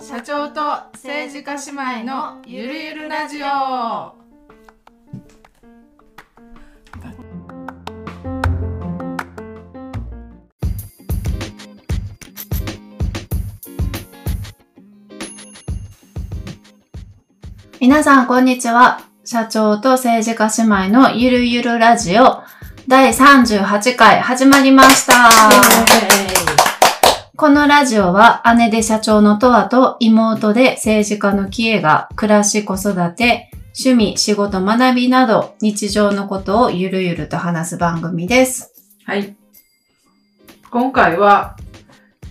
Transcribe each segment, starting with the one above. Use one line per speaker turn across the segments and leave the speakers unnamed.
社長と政治家姉妹のゆるゆるラジオ。
皆さん、こんにちは。社長と政治家姉妹のゆるゆるラジオ第38回始まりました。このラジオは姉で社長のとわと妹で政治家のキエが暮らし子育て、趣味、仕事、学びなど日常のことをゆるゆると話す番組です。
はい。今回は、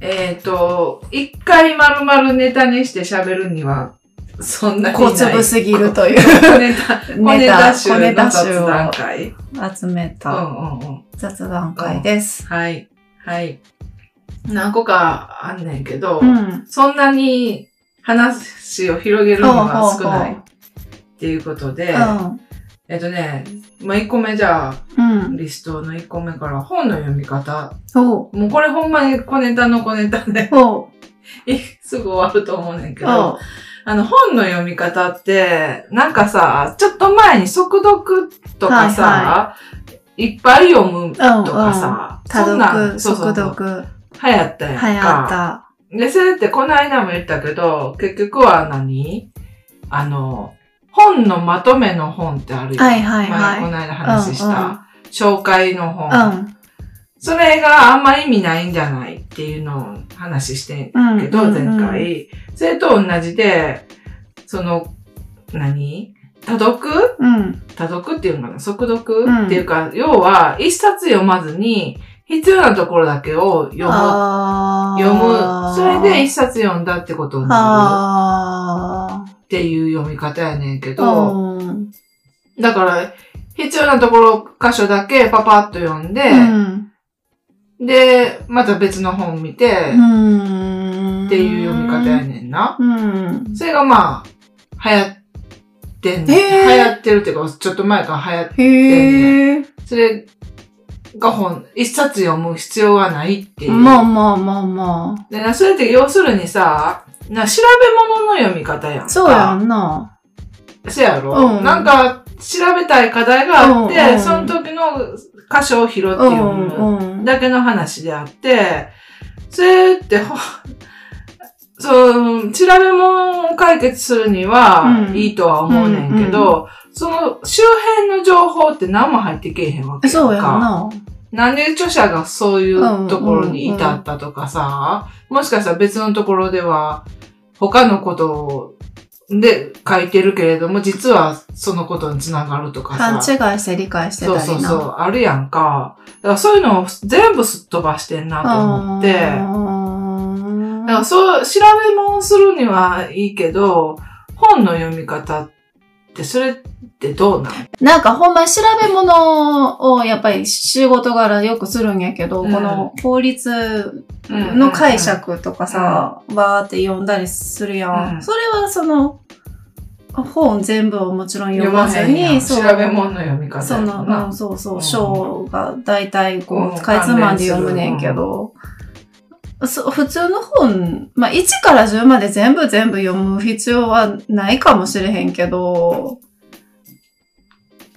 えっ、と、一回丸々ネタにして喋るには、そんなにない。
小粒すぎるという
小ネタ、小ネタ集
小ネ
の
タ集
雑
を
談会。
集め
うんう
た
んうん。
雑談会です。
はい。はい。何個かあんねんけど、
うん。
そんなに話を広げるのが少な
ほうほう
い。
ほ
っていうことで、
うん。
えっとね、まあ、1個目じゃあ、
うん。
リストの1個目から本の読み方。
ほう。
もうこれほんまに小ネタの小ネタで
ほ
すぐ終わると思うねん
う。
けど、
ほ
あの本の読み方って、なんかさ、ちょっと前に速読とかさ、、
はい
っぱい読むと
う。と
か。さ、
多
そんなん、
読、
そうそう
速
そう
読、
流行ったやん
流
か。
行った。
で、それってこの間も言ったけど、結局は何あの、本のまとめの本ってあるよ。
はいはいはい
前この間話した。
うんうん
紹介の本、
うん。
それがあんま意味ないんじゃないっていうのを話してん
うん。
けど、
うん
前回、。それと同じで、その、何多読
うん。
多読っていうのかな速読、
うん
っていうか、要は一冊読まずに必要なところだけを読む。
あー
読む。それで一冊読んだってことになる
あー
っていう読み方やねんけど、
うん。
だから、必要なところ箇所だけパパッと読んで、
うん。
で、また別の本見て、
うん。
っていう読み方やねんな。
うん。
それがまあ、流行ってんねん、
へ
流
ー
行ってるっていうか、ちょっと前から流行っ
へえ。
それが本、一冊読む必要がないっていう。
まあまあまあま
でな、それって要するにさ、な、調べ物の読み方やんか。
あ。そうやんな。
せやろ、
うん
なんか、調べたい課題があって、
うんうん
その時の箇所を拾って
う
読
ん
む
うん。
だけの話であって、それってほ、 そう、調べ物を解決するには
うん
いいとは思うねんけど、その周辺の情報って何も入ってけえへんわけやんか
そうやんな。
なんで著者がそういうところに至ったとかさ、もしかしたら別のところでは他のことをで書いてるけれども、実はそのことにつながるとか
勘違い
さ。
して理解してた
そ
り
う
な。
そうそう、あるやんか。だからそういうのを全部すっ飛ばしてんなと思って。だからそう、調べ物するにはいいけど、本の読み方ってそれってどうなん
なんかほんま調べ物をやっぱり仕事柄よくするんやけど、
うん
この法律の解釈とかさ、バーって読んだりするやん。
うん
それはその、本全部をもちろん読
読
ま
ま
ず
せに
に、
調
そう
べ物の読み方
そ
やもんな
の、うん、そうそうう、
ん
章が大体こ
うん
う、かいつまんで読むねんけど、そ普通の本、まあ、1から10まで全部全部読む必要はないかもしれへんけど、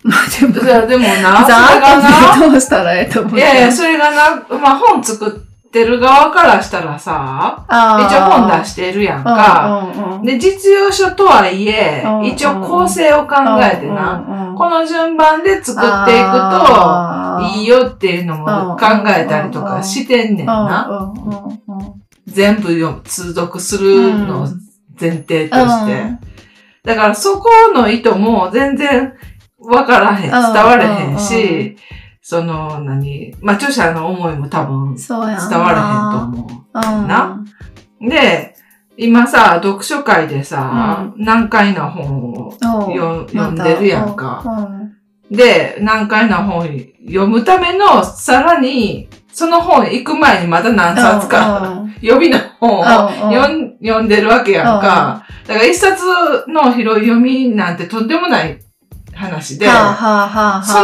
まあでも、
いや、でもな、
ざ
それ
ーっ
が
とどうしたらええと思っ
な、
て。
いやいや、それがな、まあ本作ってる側からしたらさ、
あ
一応本出
し
してるやん
た
か。
うんうんうん、
で、実用書とはいえ
うんう、ん
一応構成を考えてな、
うんうんうん、
この順番で作っていくと、いい
い
よっていうのも考えたりとかしてんねんな。全部読む通読するのを前提として。だからそこの意図も全然わからへん、伝われへん
うんうんう
し、その、何、まあ、著者の思いも多分伝
そうやんな。
われへんと思
れへんと
な。う。で、今さ、読書会でさ、難解な本を
うん、
よ
ま
読ん
た
でるやんか。
うんうん
で、難解な本読むための、さらに、その本行く前にまた何冊か、
うんうん
予備の本を
うんうん
読ん読んでるわけやんか。だから一冊の拾い読みなんてとんでもない話で、そ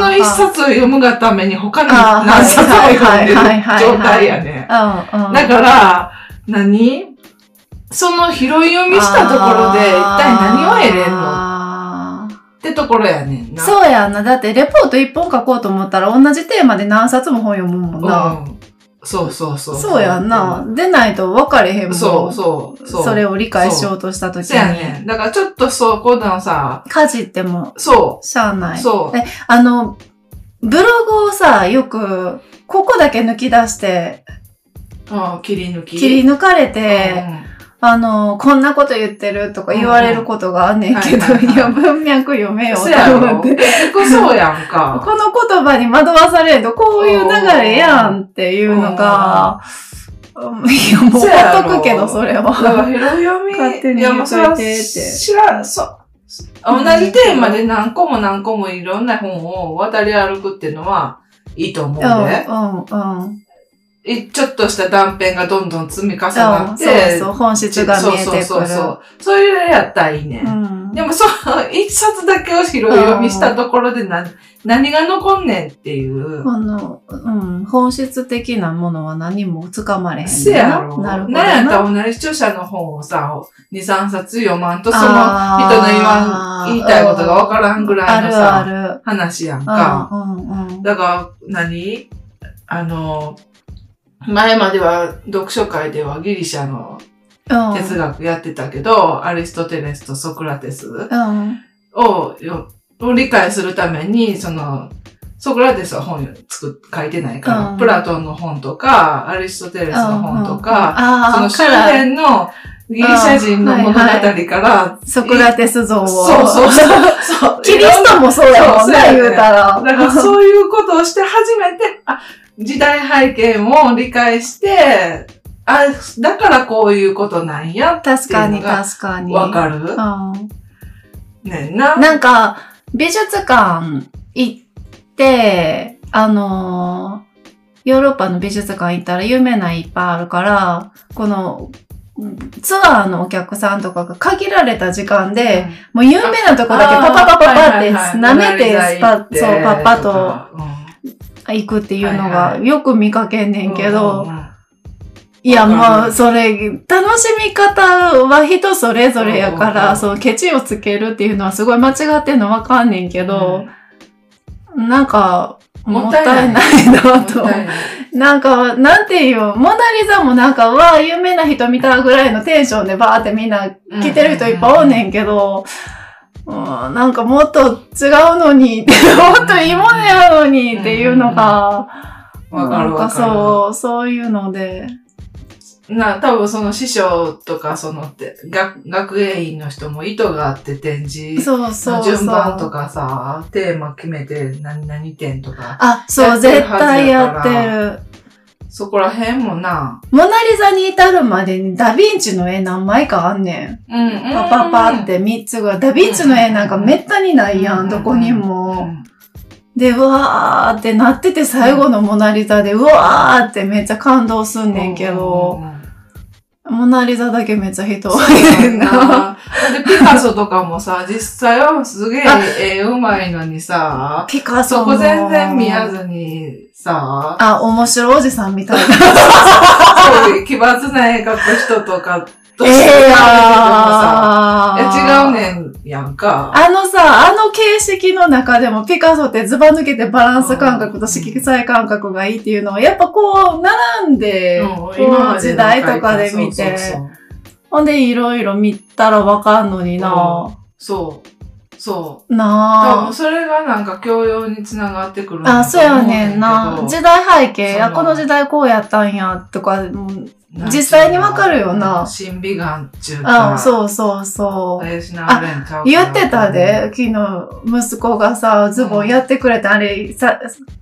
の一冊を読むがために他の何冊も読んでる状態やね。だから、何その拾い読みしたところで一体何を得れんのってところやねんな。
そうやんな。だってレポート一本書こうと思ったら同じテーマで何冊も本読むもんな。うん
そうそうそう。
そうやんな。うん、でないと分かれへんもん。。
そうそうそう
それを理解しようとしたときに。
そうやね。だからちょっとそう、こうだのさ。
家事っても。。
そう
しゃあない。
そう。
え、あの、ブログをさ、よく、ここだけ抜き出して。
うん、切り抜き。
切り抜かれて、うん、あの、こんなこと言ってるとか言われることがあんねんけど、いや、文脈読め
う
よ
と思って。そうやんか。
この言葉に惑わされんと、こういう流れやんっていうのが、いや、もうほっとくけど、それは。
勝手に言っといてって。知らん、そう。同じテーマで何個も何個もいろんな本を渡り歩くっていうのはいいと思うね。
うんうん
ちょっとした断片がどんどん積み重なって、
そうそう本質が見えてくる。
そうそうそう。そういうのやったらいいね。うん、でも、そう、一冊だけを拾い読みしたところで何、何が残んねんっていう。
この、うん、本質的なものは何もつかまれへん
せやろ。なるほどな。なんやったら同じ著者の本をさ、2、3冊読まんと、その人の言わん、言いたいことがわからんぐらいのさ、
あるある
話やんか。うんうん、だから何、あの、前までは読書会ではギリシャの哲学やってたけど、アリストテレスとソクラテスをを理解するために、その、ソクラテスは本作書いてないから、プラトンの本とか、アリストテレスの本とか、その周辺のギリシャ人の物語から、
ソクラテス像を。
そうそうそう。
キリストもそうやもんね、言うたら。
だからそういうことをして初めて、時代背景も理解して、あ、だからこういうことなんやって
確かに、確かに。
わかるうん。ねな。
なんか、美術館行って、あのヨーロッパの美術館行ったら有名ないっぱいあるから、この、ツアーのお客さんとかが限られた時間で、うん、もう有名なとこだけパパパパパって、舐めて、スパッ、そう、パパと、うん行くっていうのがよく見かけんねんけど、いや、まあ、それ、楽しみ方は人それぞれやから、そのケチをつけるっていうのはすごい間違ってんのわかんねんけど、うん、なんか、もったいないなと。なんか、なんていう、モナリザもなんか、わあ、有名な人見たぐらいのテンションでバーってみんな来てる人いっぱいおんねんけど、うん、なんかもっと違うのに、 もっといいものやのにっていうのが、なんかそう、そういうので。
な、多分その師匠とかそのって学、学芸員の人も意図があって展示の順番とかさ、そうそうテーマ決めて何々点とか。
あ、そう、絶対やってる。
そこら辺もな。
モナリザに至るまでにダヴィンチの絵何枚かあんねん。うん,う,んうん。パパパって3つぐらい。ダヴィンチの絵なんかめったにないやん、どこにも。で、うわーってなってて最後のモナリザで、うわーってめっちゃ感動すんねんけど。モナリザだけめっちゃ 人多いな。
で、ピカソとかも さ、実際はすげえ絵うまいのにさ、
ピカソ
そこ全然見やずにさ、
あ、面白いおじさんみた いな。
そういう奇抜な絵描く人とかとしてえー、や違うねんやんか。
あのさ、あの形式の中でもピカソってズバ抜けてバランス感覚と色彩感覚がいいっていうのを、やっぱこう、並んで、この時代とかで見て、ほんでいろいろ見たらわかんのにな、。
そう。そう
な
あ。それがなんか教養につながってくる
あ、そうやねんな。時代背景、あ、この時代こうやったんや、とか、実際にわかるよな。
審美眼中
か。うん、そうそうそう。あ、言ってたで、昨日、息子がさ、ズボンやってくれた、あれ、さ、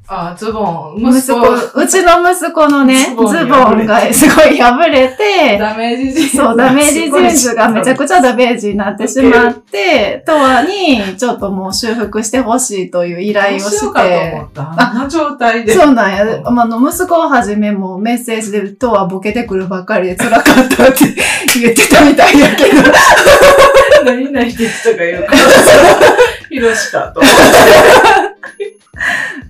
あ、ズボン、
息子うちの息子のね、ズボンがすごい破れて、
ダメージジーンズ。
そう、ダメージジーンズがめちゃくちゃダメージになってしまって、とはに、ちょっともう修復してほしいという依頼をして。そう
かと思った。あの状態で。
そうなんや。あの、息子をはじめもメッセージで、とはボケてくるばかりで辛かったって言ってたみたいやけど。
何々って人が言うから。ひろしかと。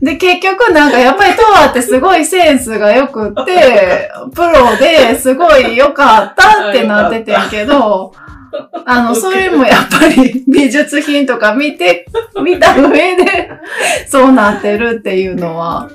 で、結局なんかやっぱりトワってすごいセンスが良く って、プロですごい良かったってなっててん けど、あの、それもやっぱり美術品とか見 て、見た上で、そうなってるっていうのは。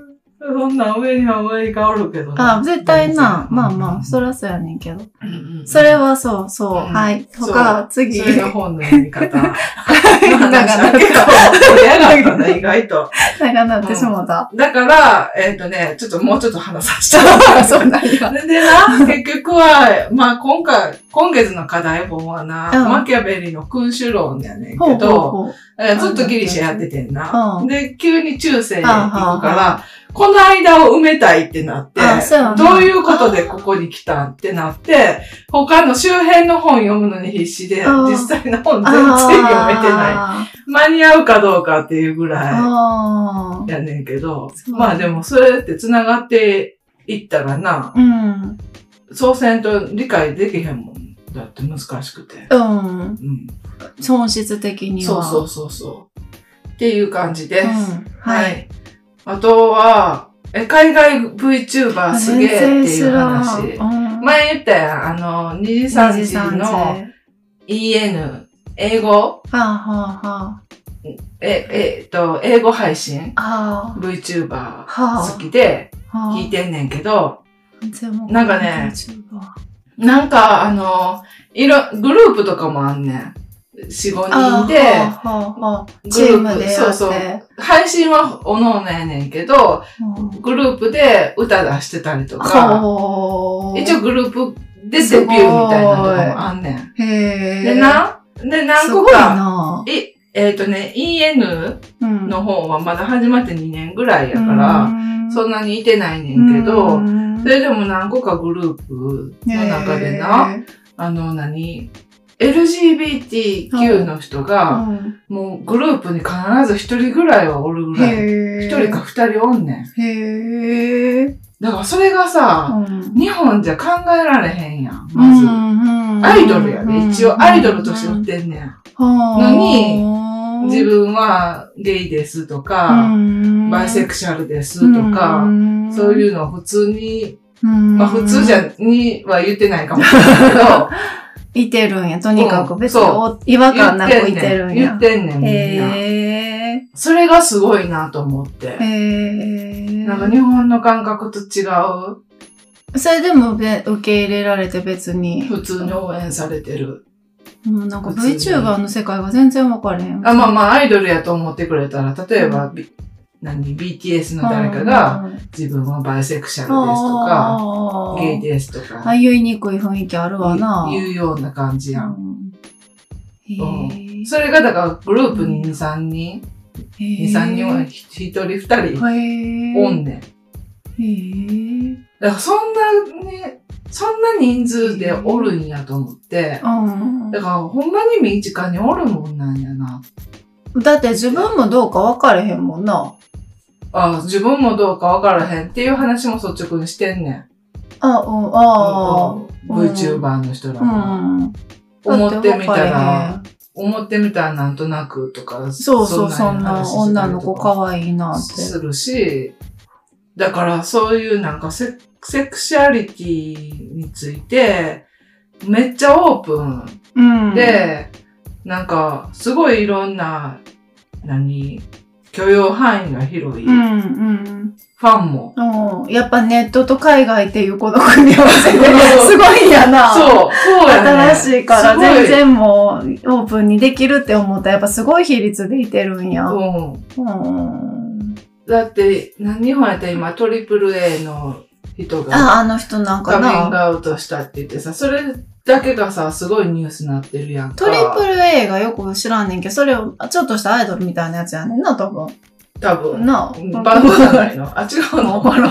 そんな上には上がおるけどな
あ絶対な、まあまあ、そらそうやねんけど。
うんうんうん
それはそう、そう、はい。他、次。
それが本の読み方。なん
長
か
なって
結構盛り上がったね、意外と。
長なってしもうた。
だから、えっ、とね、ちょっともうちょっと話させて
そうなん や。
ででな、結局は、まあ今回、今月の課題本はな、
うん
マキャベリの君主論やねんけど、
ほうほうほう。
えーずっとギリシャやっててんな。
うん
で、急に中世に行く
あは
から、この間を埋めたいってなって
あそうやな、
どういうことでここに来たんってなって、他の周辺の本読むのに必死で、
うん
実際の本全然読めてない。
あ
間に合うかどうかっていうぐ
ー
ら
あ
い
ー。
やねんけど
そ、う
まあでもそれって繋がっていったらな、
うん。
そうせんと理解できへんもん。だって難しくて。
うん。
うん。
損失的に
そう
は。
そうそうそう。っていう感じです。
うん
は
はい。
い。あとは、え、海外 VTuber すげえっていう話。
全然知らんうん
前言ったやん、あの、二次三次の
23時
EN、英語、
はあはあは
え、えっと、英語配信
あ。は
VTuber
はあ
好きで
あ。はあ
聞いてんねんけど、
全部
なんかねなんかあの、いろ、グループとかもあんねん。4、5人で、
あーはあはあはあチームでやって。
そうそう配信はおのおのやねんけど、
うん
グループで歌出してたりとか、
ほう
一応グループでデビューみたいなのとかもあんねん。
へえ。
でな、で何
すご
個
い
か、
な。
え、えっ、とね、EN
うん
の方はまだ始まって2年ぐらいやから、、そ
うん
なにいてないねんけ
う
ど、
ん
それでも何個かグループの中でな、
へー
あの何、LGBTQ の人が、
うん
もうグループに必ず一人ぐらいはおるぐらい。
へ
一
え。
人か二人おんねん。
へえ。
だからそれがさ、
うん
日本じゃ考えられへんやん、まず。アイドルやで、一応アイドルとして売ってんねん。
のに
自分はゲイですとか、
分、
バイセクシャルですとか、そういううのを普通に、
ま
まあ普通じゃには言ってないかもしれないけ ど、
いてるんや、とにかく別に
そ
お違和感なくい
言ってて
る
んねん。
ん
言っ
や。
てんねん、みんな。
へえ。
それがすごいなと思って。
へ
なんか日本の感覚と違う。
え。それでもべ受け入れられて別に。
普通に応援されてる。
もうなんか
普通に
VTuber の世界が全然わかれへん。
あまあまあ、アイドルやと思ってくれたら、例えば、B- 何、BTS の誰かが、
うん、です
自分はバイセクシャルですとか、ゲイですと
ああ
か、
言いにくい雰囲気あるわな。
言うような感じやん。
うんへえ。
それがだからグループに2、3人、2、3人は1人2人
へえ。
おんねん。だ
へえ。
からそんなね、そんな人数でおるんやと思って、
うん
だからほんまに身近におるもんなんやな。
だって自分もどうか分かれへんもんな。
あ自分もどうかわからへんっていう話も率直にしてんねん。
あ、うん、あ
うん VTuber の人ら
あ。う
が。
ん。
思ってみた
だ
ら、
って分かれへん。
思ってみたらなんとなくとか、
そうそう、そん
や
な
話してた
女
りと
の子可愛いなって。
するし、だからそういうなんかセセクシャリティについて、めっちゃオープン
うん。、
で、なんかすごいいろんな、何、許容範囲が広い、
う
フ
ん、うん。
ァンも。
うん、やっぱネットと海外っていうこの組み合わせ で
そう
すごいんやな。
そう、そうやね。
新しいから
すごい
全。然もうオープンにできるって思ったらやっぱすごい比率でいてるんや。うん。
うん。だって、何日本やったら今トリプル A の人が
あ、あの人なん
カ
か
ミング
な。
アウトしたって言ってさ、それだけがさ、すごいニュースになってるやんか。
トリプル A がよく知らんねんけど、それをちょっとしたアイドルみたいなやつやねんな、多分。
多分。
な。
バンドじゃないいのあ、違う
わ
の
から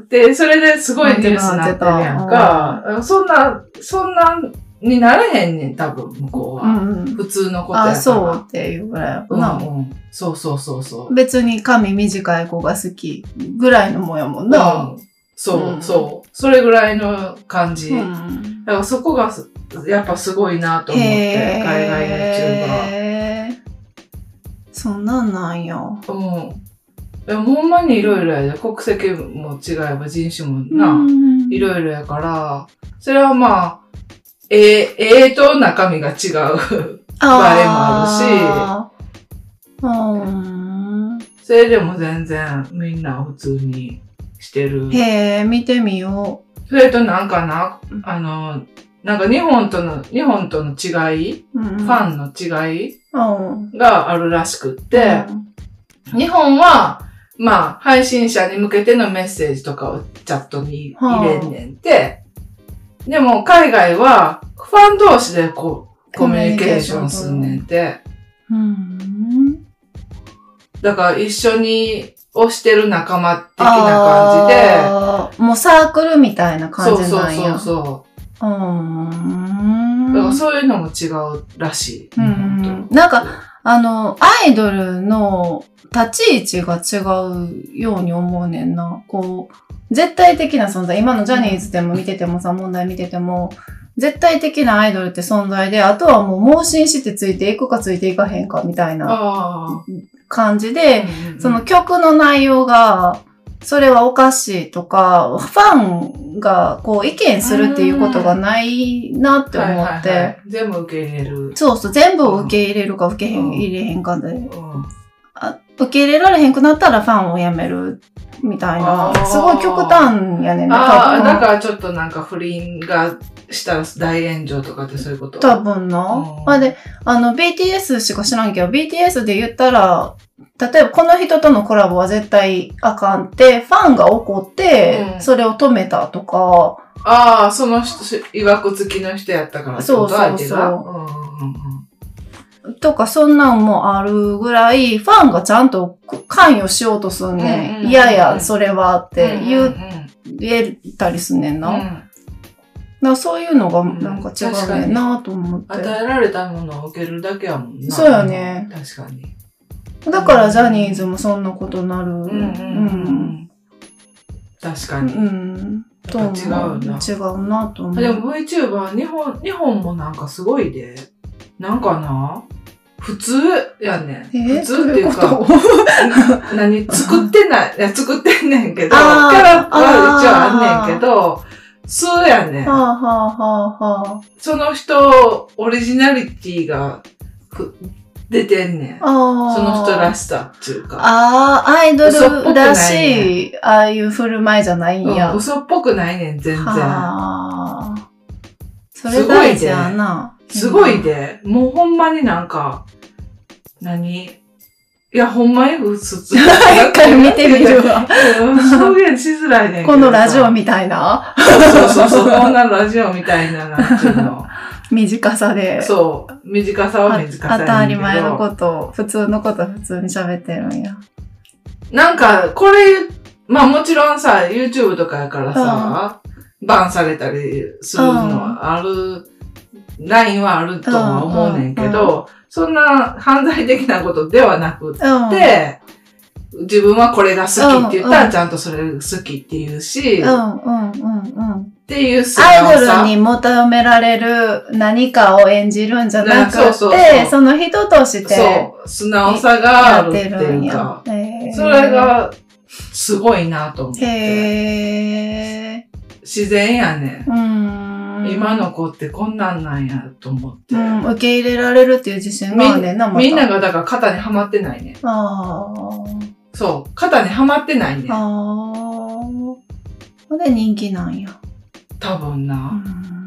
ん。
で、それですごいニュースになってるやんか。そんな、そんなになれへんねん、多分、向こう
う
は。
んうん。
普通のことやから。
あ、そうっていうぐらいや
うん
な。
うん。そうそうそうそう。
別に髪短い子が好きぐらいのもんやもん
う
な。
んそう、
うん
そう。それぐらいの感じ。
うん
だからそこがす、やっぱすごいなと思って、海外 YouTuber。
へーそんなんなんよ。
うん。え、ほんまにいろいろやで、国籍も違えば人種もな、い
い
ろいろやから、それはまあ、ええ、ええと中身が違う。
ろ
あ
もあるし。うん。
それでも全然みんな普通にしてる。
へえ、見てみよ
それとなんかな、あの、なんか日本との、日本との違い、
う。フ
ファンの違い
ン
があるらしくって、、日本は、まあ、配信者に向けてのメッセージとかをチャットに入れんねんて、でも海外はファン同士でこう、コミュニケーションすんねんて、
うん。
だから一緒に推してる仲間的な感じで、
で。もうサークルみたいな
そ
感
う
じ
そ
な
うんそう
や。
そうう。だから
ん。
そういうのも違うらしい。
う
日本と
ん。なんか、あの、アイドルの立ち位置が違うように思うねんな。こう、絶対的な存在。今のジャニーズでも見ててもさ、問題見てても、絶対的なアイドルって存在で、あとはもう盲信してついていくかついていかへんかみたいな
ああ。
感じで、
うん
その、曲の内容が、それはおかしいとか、ファンがこう意見するっていうことがないなって思っ
はいはいは
て、
い全部受け入れる。
そうそう、全部を受け入れるか受けへ
うん
ん、入れへんかで、
うん
あ受け入れられへんくなったらファンをやめるみたいな
あー、
すごい極端やねん
ああ、だ
な、
からちょっとなんか不倫がしたら大炎上とかってそういうこと
多分な
うん。
まあで、あの、BTS しか知らんけど、BTS で言ったら、例えばこの人とのコラボは絶対あかんって、ファンが怒って
う、ん
それを止めたとか、
ああ、その人、いわくつきの人やったからってこと
そうそうそ
相
う
手が。うんうんうん
とかそんなんもあるぐらい、ファンがちゃんと関与しようとす
う
ん
んうん
ね。
うんん
いやいや、それはって
うんう
言
んうん
えたりすんねんな。
う
だか
ん
らそういうのが
ん
なんか違うねんなと思って。
与えられたものを受けるだけやもんな。
そうやね。
確かに。
だからジャニーズもそんなことなる。う
うんうんうんう。ん。確か
うん。
に。
と思
違うよな
違うなと思
あで
う。
も VTuber、日本、日本もなんかすごいで。なんかな普通やね
え
ん。普
ー、そ
通っ
う
てい
い
うう
こ
か
と。
何作ってない、いや、作ってんねんけど、キャ
あー
ラは一応あんねんけど、そうやねん
はあ、。はあはあは
その人、オリジナリティがふ出てんねん。
あ。ああ。
その人ら
しい。
しさっていうか。
ああ、アイド
嘘っぽくない
ルら
ね
しい、ああいう振る舞いじゃないん
うん
や。
嘘っぽくないねん、全然。
はあ。それ大事やな。
すごいで、もうほんまになんか、何いや、ほんまに普通。
うん。 一回見てみるわ。
うん表現しづらいねんけどさ
このラジオみたいな
そうそうそう、こんなラジオみたいななっていうの。
短さで。
そう。短さは
あ
短さ
当
や
た
ね
り
んけど
前のこと、普通のこと普通に喋ってるんや。
なんか、これ、まあもちろんさ、YouTube とかやからさ、バンされたりするのはある、ラインはあるとは思うねんけ
うんう
ど、そんな犯罪的なことではなくっ
うん。
て、自分はこれが好きって言った
うんう
ら
ん
ちゃんとそれ好きって言うし、
う
っ
んうんうんうん。
ていう素
ア
直
イド
さ
ルに求められる何かを演じるんじゃなく
ねそうそうそ
て、
う
その人として
そう、素直さがあ
やっ
るって
て
い
るん
う
や
か。、
へー
それ。がすごいなと思って、
へえ。
自然やねん。
うーん。
今の子ってこんなんなんやと思って。
うん、受け入れられるっていう自信があるねんな、また
みんな。がだから肩にはまってないね。
あ
そう。肩にはまってないね
あ。。ああ。これ人気なんや。
多分
うー
な。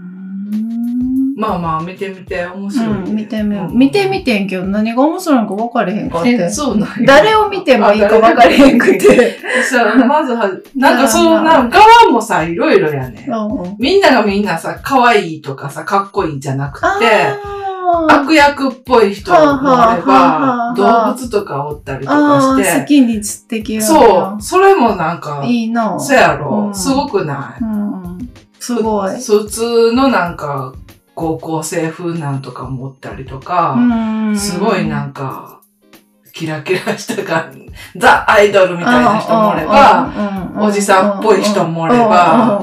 ん。
まあまあ見てみて面白いね、
うん、見てみよう。見てみてんけど、何が面白いのか分かれへんかって
え。そうなんや
誰を見てもいいか分かれへんく。て。
あ誰そうまずは、なんかそ
そうや
ん
な
な、側もさ、いろいろやね
う。ん。
みんながみんなさ、可愛いとかさ、かっこいいじゃなく
あ
て、
ー
悪役っぽい人もあれ
はあはあは
ば、
あはあ
動物とかおったりと
あ
か
ー、好
し
きに素敵
て、
やな
そう、それもなんか、
いいな。
そうやろ、
うん
すごくな
うん。す
い
ごい。
そ普通のなんか、高校生風なんとか持ったりとか、
うん。
すごいなんか、キラキラした感じ。 ザ・アイドルみたいな人もおれば、
ば
おじさんっぽい人もおれば
ば、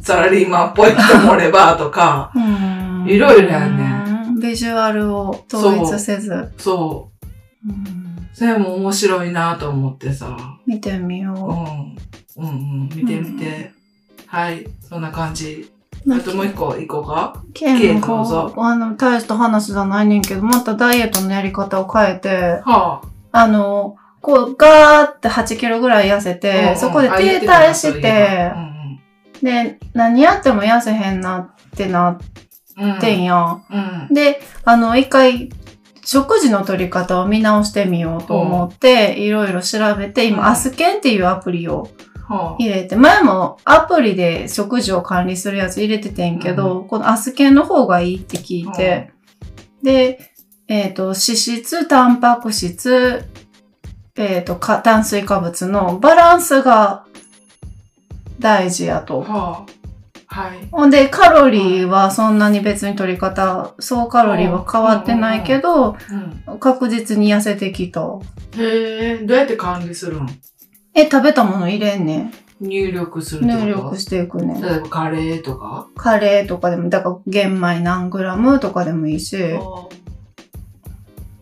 サラリーマンっぽい人もおれば とか、
うん
いろいろやね
うんビジュアルを統一せず。
そ
うん
それも面白いなと思ってさ。
見てみよう。
うん。うんうん。見てみて。はい。そんな感じ。
な
あ
んか
ともう一個行こうか。
ケ
ケイ
イ
の
の
構造
こうあの、大した話じゃないねんけど、またダイエットのやり方を変えて、
は
あの、こう、ガーって8キロぐらい痩せ
あ。
て、
うんうん
そこで
あ言っ
停
たな
滞
そうい
し
え
て
ば、うん
で、何やっても痩せへんなってな
うん。
ってんやん。
うん。
で、あの、一回、食事の取り方を見直してみようと思って、いろいろ調べて、
うん
今、アスケンっていうアプリを
は
入れて、前もアプリで食事を管理するやつ入れててんけど、このアスケンの方がいいって聞いて、で、えっ、と、脂質、タンパク質、えっ、とか、炭水化物のバランスが大事や
あ。
と。
はあ。はい。
ほんで、カロリーはそんなに別に取り方、総カロリーは変わってないけど、
うん。
確実に痩せてきた。
へえ、どうやって管理するの
え、食べたもの入れんねん。
入力するってこと
入力していくねん。
例えばカレーとか。
カレーとかでも、だから玄米何グラムとかでもいいし、だか
は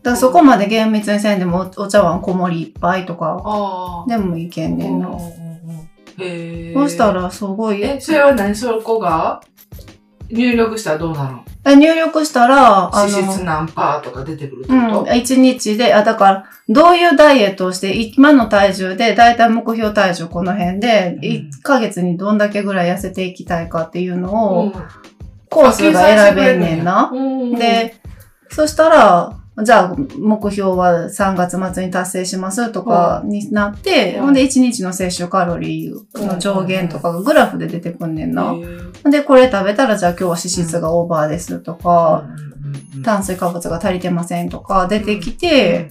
らそこまで厳密にせんでもおお茶碗小盛り一杯と
あ
か
ああ。
でもいけんねん
うん
な。
うんうんへえ。
そしたらすごい、
え、それは何その子が入力したらどうなの
え入力したら、あ
脂質
の、
何パーとか出てくるって
う
こと、
ん、1日で、あ、だから、どういうダイエットをして、今の体重で、だいたい目標体重この辺で
う、ん
1ヶ月にどんだけぐらい痩せていきたいかっていうのを、
うん
コースが選べんねんな。。で、そしたら、じゃあ、目標は3月末に達成しますとかになって、
うん
ほんで1日の摂取カロリーの上限とかがグラフで出てくんねんな。
うん
ほんで、これ食べたらじゃあ今日は脂質がオーバーですとか、炭水化物が足りてませんとか出てきて、、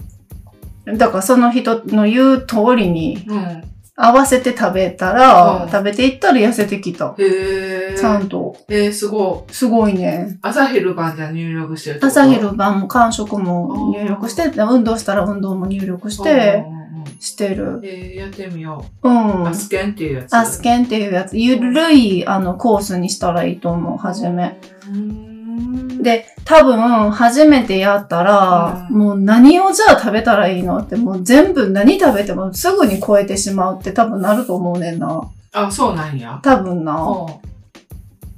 だからその人の言う通りに
うんうんうんうんうん
合わせて食べたら、
うん
食べていったら痩せてきた。
へえ。
ちゃんと。
えー、すごい。
すごいね。
朝昼晩じゃ入力してるってこと
朝昼晩も間食も入力して、運動したら運動も入力し
うん
て、
うんうん
してる。
えー、やってみよ
う
う。
ん
ア。スケンっていうやつ。
アスケンっていうやつ、ゆるい、あの、コースにしたらいいと思う、はじめ。。
うん、
で、多分、初めてやったら、
うん
もう何をじゃあ食べたらいいのって、もう全部何食べてもすぐに超えてしまうって多分なると思うねんな。
あ、そうなんや。
多分な。
うん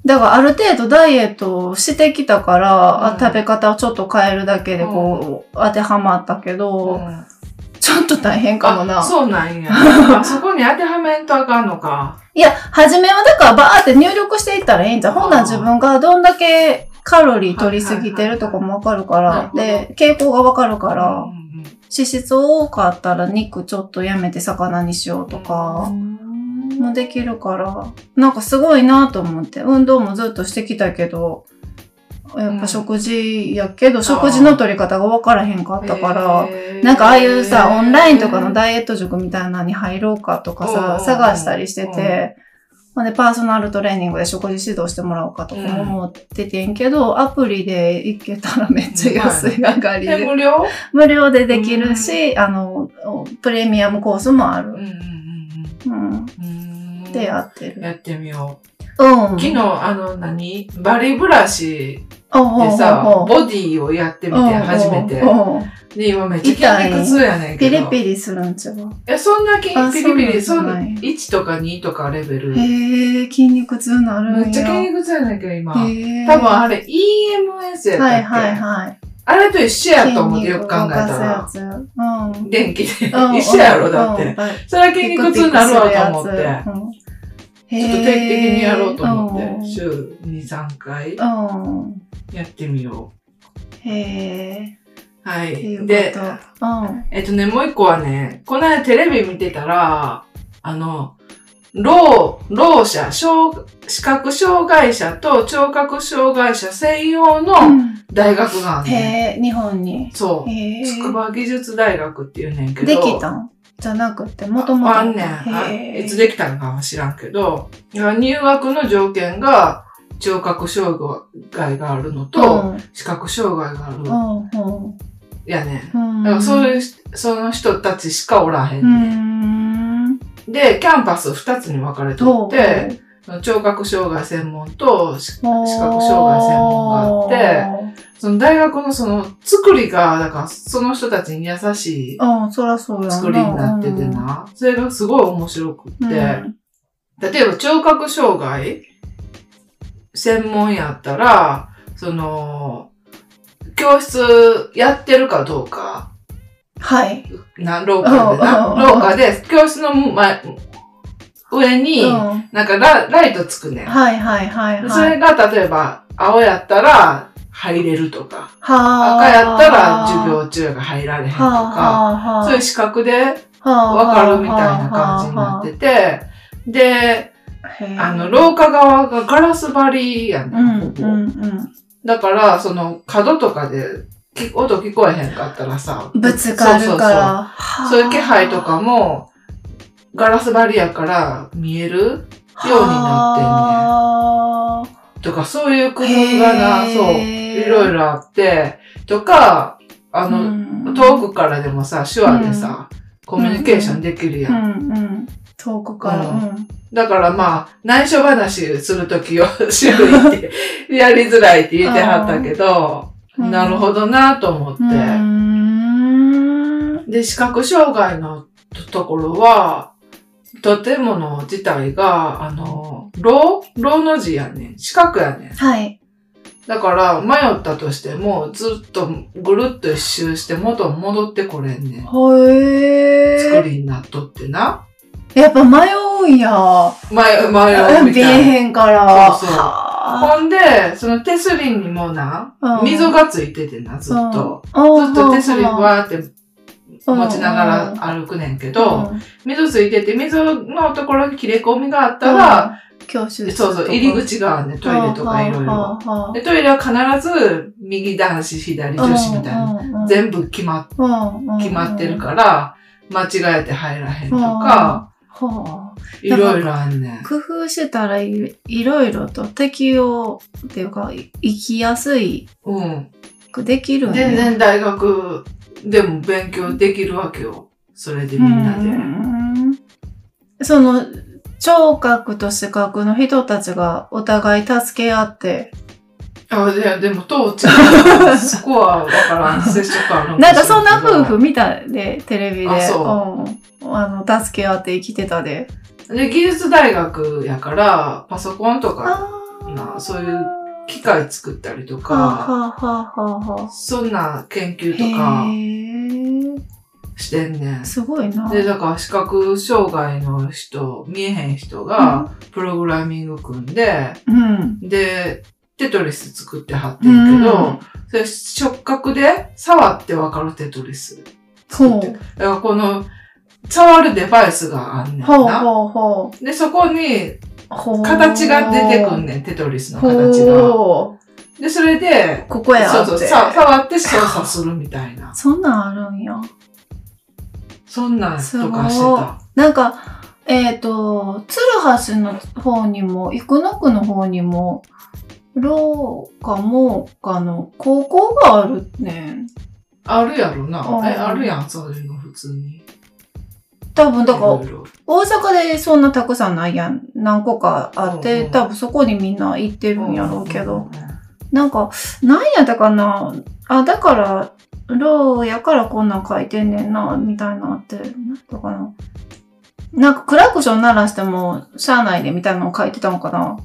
だからある程度ダイエットをしてきたから、
うん
あ食べ方をちょっと変えるだけでこう、当てはまったけど、
うん
ちょっと大変かもな
あ。そうなんや。あそこに当てはめんとあかんのか。
いや、初めはだからバーって入力していったらいいんじゃん。ほんなら自分がどんだけカロリー取りすぎてるとかもわかる
は
か
い
ら
は、いはいなる
で、傾向がわかるか
う
ら、
ん
脂質多かったら肉ちょっとやめて魚にしようと
う
か、
ん
もできるから、なんかすごいなと思って、運動もずっとしてきたけど、やっぱ食事やけど、食事の取り方がわからへんかったから、
へー
なんかああいうさ、オンラインとかのダイエット塾みたいなのに入ろうかとか
うんうんう
さ、
ん
探したりしてて、ほんで、パーソナルトレーニングで食事指導してもらおうかとか
うん
思っててんけど、アプリで行けたらめっちゃ安い上がり
え
で、
無料
無料でできるし、あの、プレミアムコースもある。うん。
うん
でやってる。
やってみよ
うん。
う。昨日、あの、何バリブラシ
おうほう
でさ、
ほうほう
ボディをやってみて、初めて
お。うおうおう
で、今めっちゃ筋肉痛やねん
ピ
け
リ
ど。
ピリするんちゃう
え、そんな筋
あ
ピリピリ、
そ
そ
うんな
なん
や
1とか2とかレベル。
へ
め
え、筋肉痛なるんや。
っちゃ筋肉痛やねんけど、今。
へえ
多分あれ EMS やったっけ、
はいはいはい。
あれと一緒やと思ってよく考えたら。
筋肉動かすやつ。うん。
電気で。
うん、
一緒やろ、だっ
う
て。
ん。はい
それは筋肉痛になるわと思って。
ピ
ちょっと
クピクするやつうん、
定期的にやろうと思って、
て。
週2、3回
うん。うん
やってみよ
へえ。
う。は
っていう
い。
こと
で、
うん。
えっとね、もう一個はね、この間テレビ見てたら、あの、老、老者、障視覚障害者と聴覚障害者専用の大学があるねん。
へえ、日本に。
そう。
へえ。
筑波技術大学っていうねんけど。
できたんじゃなくて、もともと。
あんねんあ。
へえ。
いつできたのかは知らんけど、入学の条件が聴覚障害があるのと、
うん、
視覚障害がある
うん、
やね
うん。
ん。だからそう
う
いうし、その人たちしかおらへ
ー
んねん。
ん。
で、キャンパス二つに分かれて
どう
て、聴覚障害専門と視覚障害専門があって、
って、
その大学のその作りが、だからその人たちに優しい
うん、そらそうやな。
作りになっててな、それがすごい面白くって、
うん。うん
例えば聴覚障害専門やったら、その、教室やってるかどうか、
はい。
な、廊下で
う
な、
んうんうん
廊下で教室の前、上に、
うんはい
なんかラライトつくねん。
はいはいはい。
それが例えば、青やったら入れるとか、
は
赤やったら授
と
業中やから入られへんと
か
か、そういう資格でわかるみたいな感じになってて、で、
て
あの、廊下側がガラス張りや
うん
ねん、こ
う
こ
んうん。
だから、その角とかでき音聞こえへんかったらさ、
ぶつかるから。
そうそうそう。そういう気配とかも、ガラス張りやから見えるようにな
っ
とか、そういう工夫がな、そう。いろい
ろ。
ろあって、とか、あの、
の
遠くからでもさ、手話でさ、コミュニケーションできるやん。
うんうん。遠くから。
う
うんん
だからまあ、内緒話するときを手話って、やりづらいって言ってはったけど、
うん
なるほどなと思っ
うー
て。
ん。
で、視覚障害のとところは、建物自体が、あの、老老の字やねん。四角やねん。
はい。
だから、迷ったとしても、ずっとぐるっと一周して元に戻ってこれんねん。
ほ
作
え
りになっとってな。
ー。やっぱ迷うんや。
前、前を見
見え
たい。
へんから。
そうそう
はあ
ほんで、その手すりにもな、
うん
溝がついててな、ずっと。ずっと手すりわーって持ちながら歩くねんけど、溝ついてて、溝のところに切れ込みがあったら、
うん、教室
そうそう、入り口があんねんトイレとかいろいろ。
ろ
で、トイレは必ず右男子、左女子みたいな。
な
全部決まっ
部
決まってるから、間違えて入らへんとか、
はあ、
いろいろあんねん。
工夫してたらいいろいろと適応っていうかい生きやすい
うん。
くできるんや
全然大学でも勉強できるわけよ。それでみんなで。
うんその聴覚と視覚の人たちがお互い助け合って
あ、いや、でも当時、スコアわからん、接触ある
なんかそんな夫
夫
婦見たでテレビで
あ
うんあの助け合って生きてたで
婦。で、技術大学やから、パソコンとか、
あ
な
あ
そういう機械作ったりと
はあ
か、
はあはあはあは
そんな研究とか
あへえ
してんねん。
すごいな
で、だから視覚障害の人、見えへん人が、プログラミング組んで、
うん
で、テトリス作ってはってんけど、それ触覚で触ってわかるテトリス作って。だ
ほう
からこの、触るデバイスがあんねん
ほう
な。
ほうほ
で、そこに
うほう
形が出てくんねん、テトリスの形が。
ほう
で、それで、
ここや
そう
っ
そ
て
う、さ触って操作するみたいな。
そんなんあるんや
そんなんとかし
す
て
ごい
た。
なんかえっ、と鶴橋の方にも生野区の方にも廊下もあの高校があるねん
あるやろな
う。ん
え、あるやん、そういうの普通に。
多分だから
いろいろ
大阪でそんなたくさんないやん。何個かあって、
うんうん
多分そこにみんな行ってるんやろうけど。
ん
なんか、なんやったかなあ、だから、ローやからこんなん書いてんねんな、みたいなって、なんとかな。なんかクラクション鳴らしても、車内でみたいなの書いてたのかな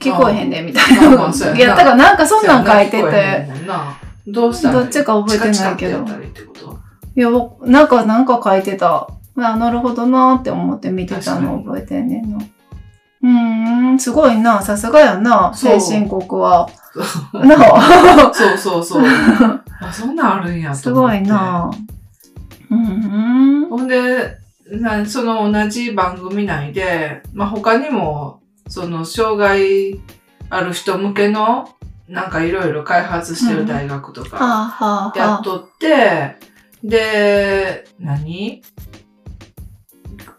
聞こえへんで、み たい
ま
な。
あまあそうやない
や、だからなんかそんなん書いて
そうやな。聞こ
て。
えへんもんなどうしたらいい
どっちか覚えてないけど
チカチカってやったりってこと
いや、僕なんか、なんか書いてた。あ、なるほどなーって思って見てたの覚えてんねんな。うーん、すごいな、さすがやな、
そう
先進国 は。
そう
な あ
そうそうそう。あ、そんなんあるんや
す
と思っ
ご
て
い。な。うんうん。
ほんで、なその同じ番組内で、まあ、他にも、その、障害ある人向けの、なんかいろいろ開発してる大学と
は
か、
あはあ
や
は
っとって、で、何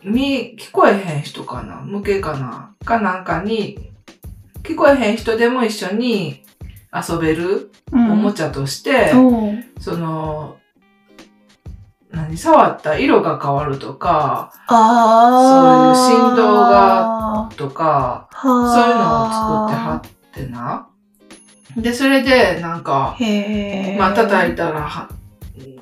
み、聞こえへん人かな向けかなかなんかに、聞こえへん人でも一緒に遊べる
あ。う
お
ん
もちゃとして、
おう
その、何、触った色が変わるとか、
ああ。
そういう振動
が、
とか、
そう
そういうのを作ってはってな。で、それで、なんか、
へえ。
まあ、叩い
て、
たらは、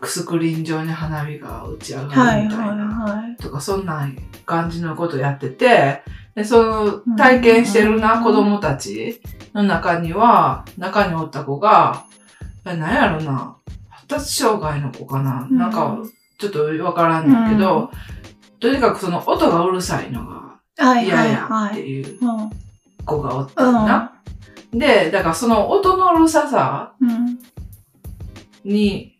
スクリーン上に花火が打ち上がるみ
は
た
い
い
は
な。
いはい。
とか、そんな感じのことやってて、で、その体験してるな、
うん
子供たちの中には、中におった子が、え何やろな、発達障害の子かな、なんか、ちょっとわからんだけど、とにかくその音がうるさいのが
はい
嫌
はい
や
は
って
い。
いう
うん
子がおったんな。で、だからその音のうるささ
うん。
に、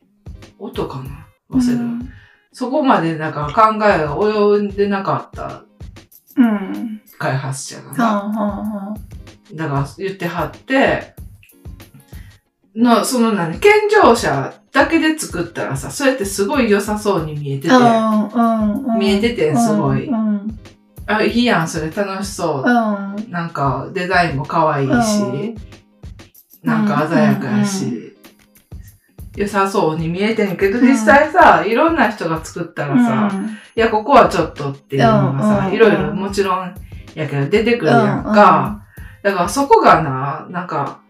音かな
う
忘れた。
ん。
そこまでなんか考えが及んでなかった
うん。
開発者が
は
な。
あは
だから言ってはって、の、その何、健常者だけで作ったらさ、そうやってすごい良さそうに見えてて、
あはあ。うん。うん。
見えててすごい
うん。うん。
あ、いいやん、それ楽しそう。
うん
なんかデザインも可愛いし、なんか鮮やかやし、良さそうに見えてんけど、
うん
実際さ、いろんな人が作ったらさ、
うん
いや、ここはちょっとっていうのが
う
さ、
ん
いろいろもちろんやけど出てくるやんか、だからそこがな、なんか、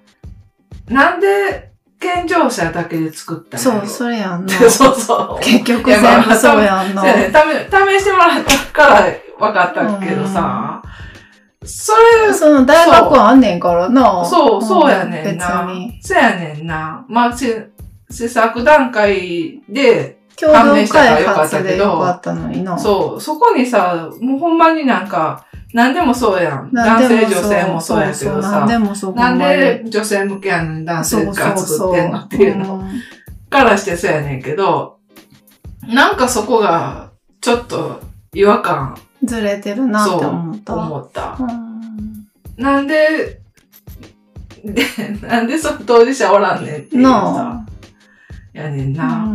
なんで健常者だけで作っ
う
た
ん
の
そう、
う。
それやんな。
そうそう。
結局全部そうやんな。
そうやね試試してもらったから分かったけどさ、それ、
その大学あんねんからな。
そう、そうやねん
別
な
に。。
そうやねんな。まあ、せ制作段階で、
共同開発でよかったのにな。
そう、そこにさ、もうほんまになんか、何でもそうやん。男
なん
性、
で
女
もそう
性もそうやけ
そ
ど
うそうなん
さ。
でもそう。
なん
ほまに
で女性向けやのに男性が作ってんのっていうの
ん
からしてそうやねんけど、なんかそこがちょっと違和感
ずれてるなって思った。
思った。
うん
なんで、で、なんでその当事者おらんねんっていうさ、
な
やねん
あう
な。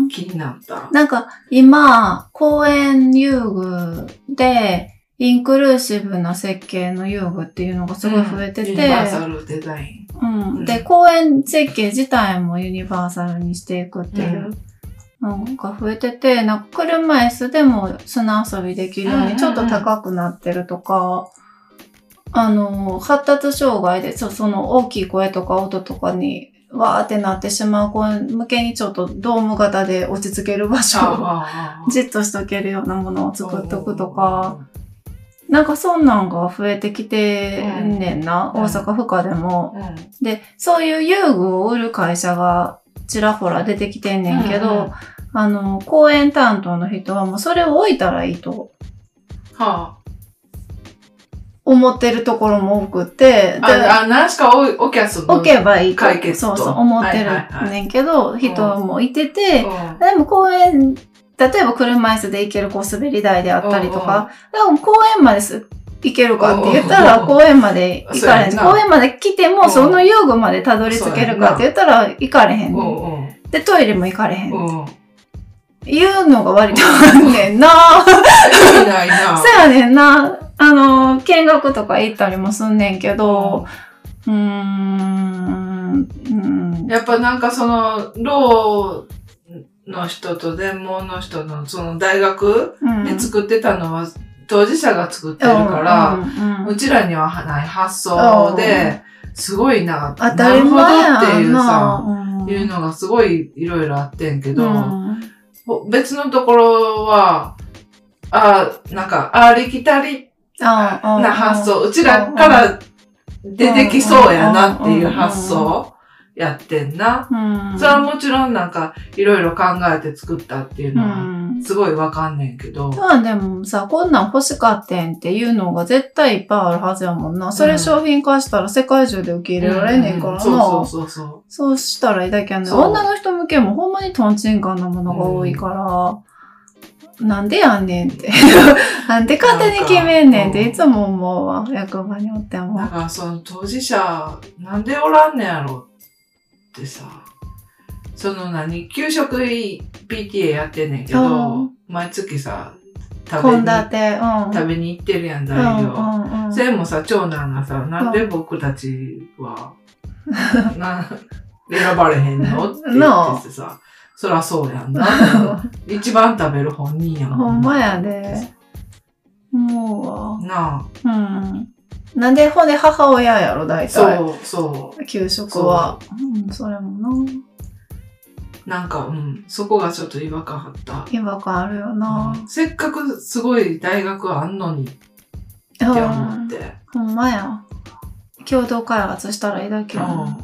ん
気になった。
なんか今、公園遊具で、インクルーシブな設計の遊具っていうのがすごい増えて
うん
て、
ユニバーサルデザイン。
うん、
う
で、
ん
公園設計自体もユニバーサルにしていくっていうのが増えてて、なんか車椅子でも砂遊びできるよう
うんうんう
に
ん
ちょっと高くなってるとか、あの、発達障害で、そその大きい声とか音とかに、わーってなってしまう子向けにちょっとドーム型で落ち着ける場所を
ああ
じっとしとけるようなものを作っとくとか、。なんかそんなんが増えてきてんねんな、
うん
大阪府下でも。
うんうん
で、そういう遊具を売る会社がちらほら出てきてんねんけど、
うんうん
あの、公園担当の人はもうそれを置いたらいいと
は
思ってるところも多くて、
あ、あ、あ何しかお、おきゃす
置けばいいと
解決
そ
と
うそう思って
はいはいは
る
い
ねんけど、人もいてて、
ば。
でも公園、例えば車椅子で行けるこう滑り台であったりとか、でも公園まです行けるかって言ったら
うん
公園まで行かれへん。
そうやんな
公園まで来て
う
も
ん
その遊具までたどり着けるかって言ったら行かれへ
うんん。う
ねん
んうん
で、トイレも行かれへん。
うん。う ん。
言うのが割とあんねんな。 そ
いないな。
うやねんな。あの、見学とか行ったりもすんねんけど、うーん、うん、
やっぱなんかその、ローの人と全盲の人の、その大学
うん。
で作ってたのは、当事者が作ってるから、
うんうんう
うんちらにはない発想で、すごいな、
当たり前や
なるほどっていうさ、
な。
いうのがすごいいろいろあってんけど、
うん
ほ別のところは、ああ、なんか、ありきたり
ああ
な発。想、うちらから出てきそうやなっていう発想やってんな。
うん。
それはもちろんなんかいろいろ考えて作ったっていう
う
のは
ん。
すごいわかんねんけど。
まあでもさ、こんなん欲しかってんっていうのが絶対いっぱいあるはずやもんな。それ商品化したら世界中で受け入れられんねんからな。
そうそうそうそ
そうしたらいいだけやねん。
そう
女の人向けもほんまにトンチンカンなものが多いから、なんでやんねんって。 なんで勝手に決めんねんって
なんか
いつも思うわ。役場におって
う。だ
も。
からその当事者、なんでおらんねんやろってさ、その何、給食 PTA やってんねんけ
う
ど、毎月さ、食べ
献
に
立、うん。
食べに行ってるやん、
う
材
んう
料。
んうん
それもさ、長男がさ、なんで僕た ちは、な、選ばれへんのって言ってさ、そらそうやんな。一番食べる本人やん。
ほんまやで。も
うな
うわ。うん。なんでほんで母親やろ、
あ。
大体。
そう、そ
給食は。うん、それもな。
う。なんか、うん。そこがちょっと違和感あった。
違和感あるよな。
うんせっかくすごい大学あんのにって
うん。
思って。
ほんまや。共同開発したらいいだけやな。
うん。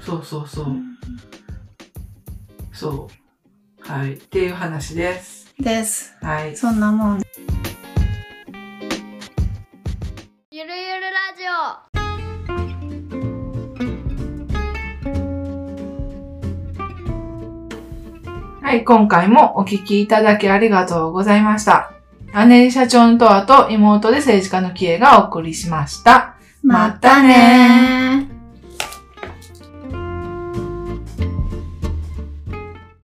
そうそうそうう。
ん
そう。はい。っていう話です。
です。
はい。
そんなもん
ゆるゆるラジオ
はい、今回もお聞きいただきありがとうございました。姉社長のとわと妹で政治家のキエがお送りしました。またね
ー。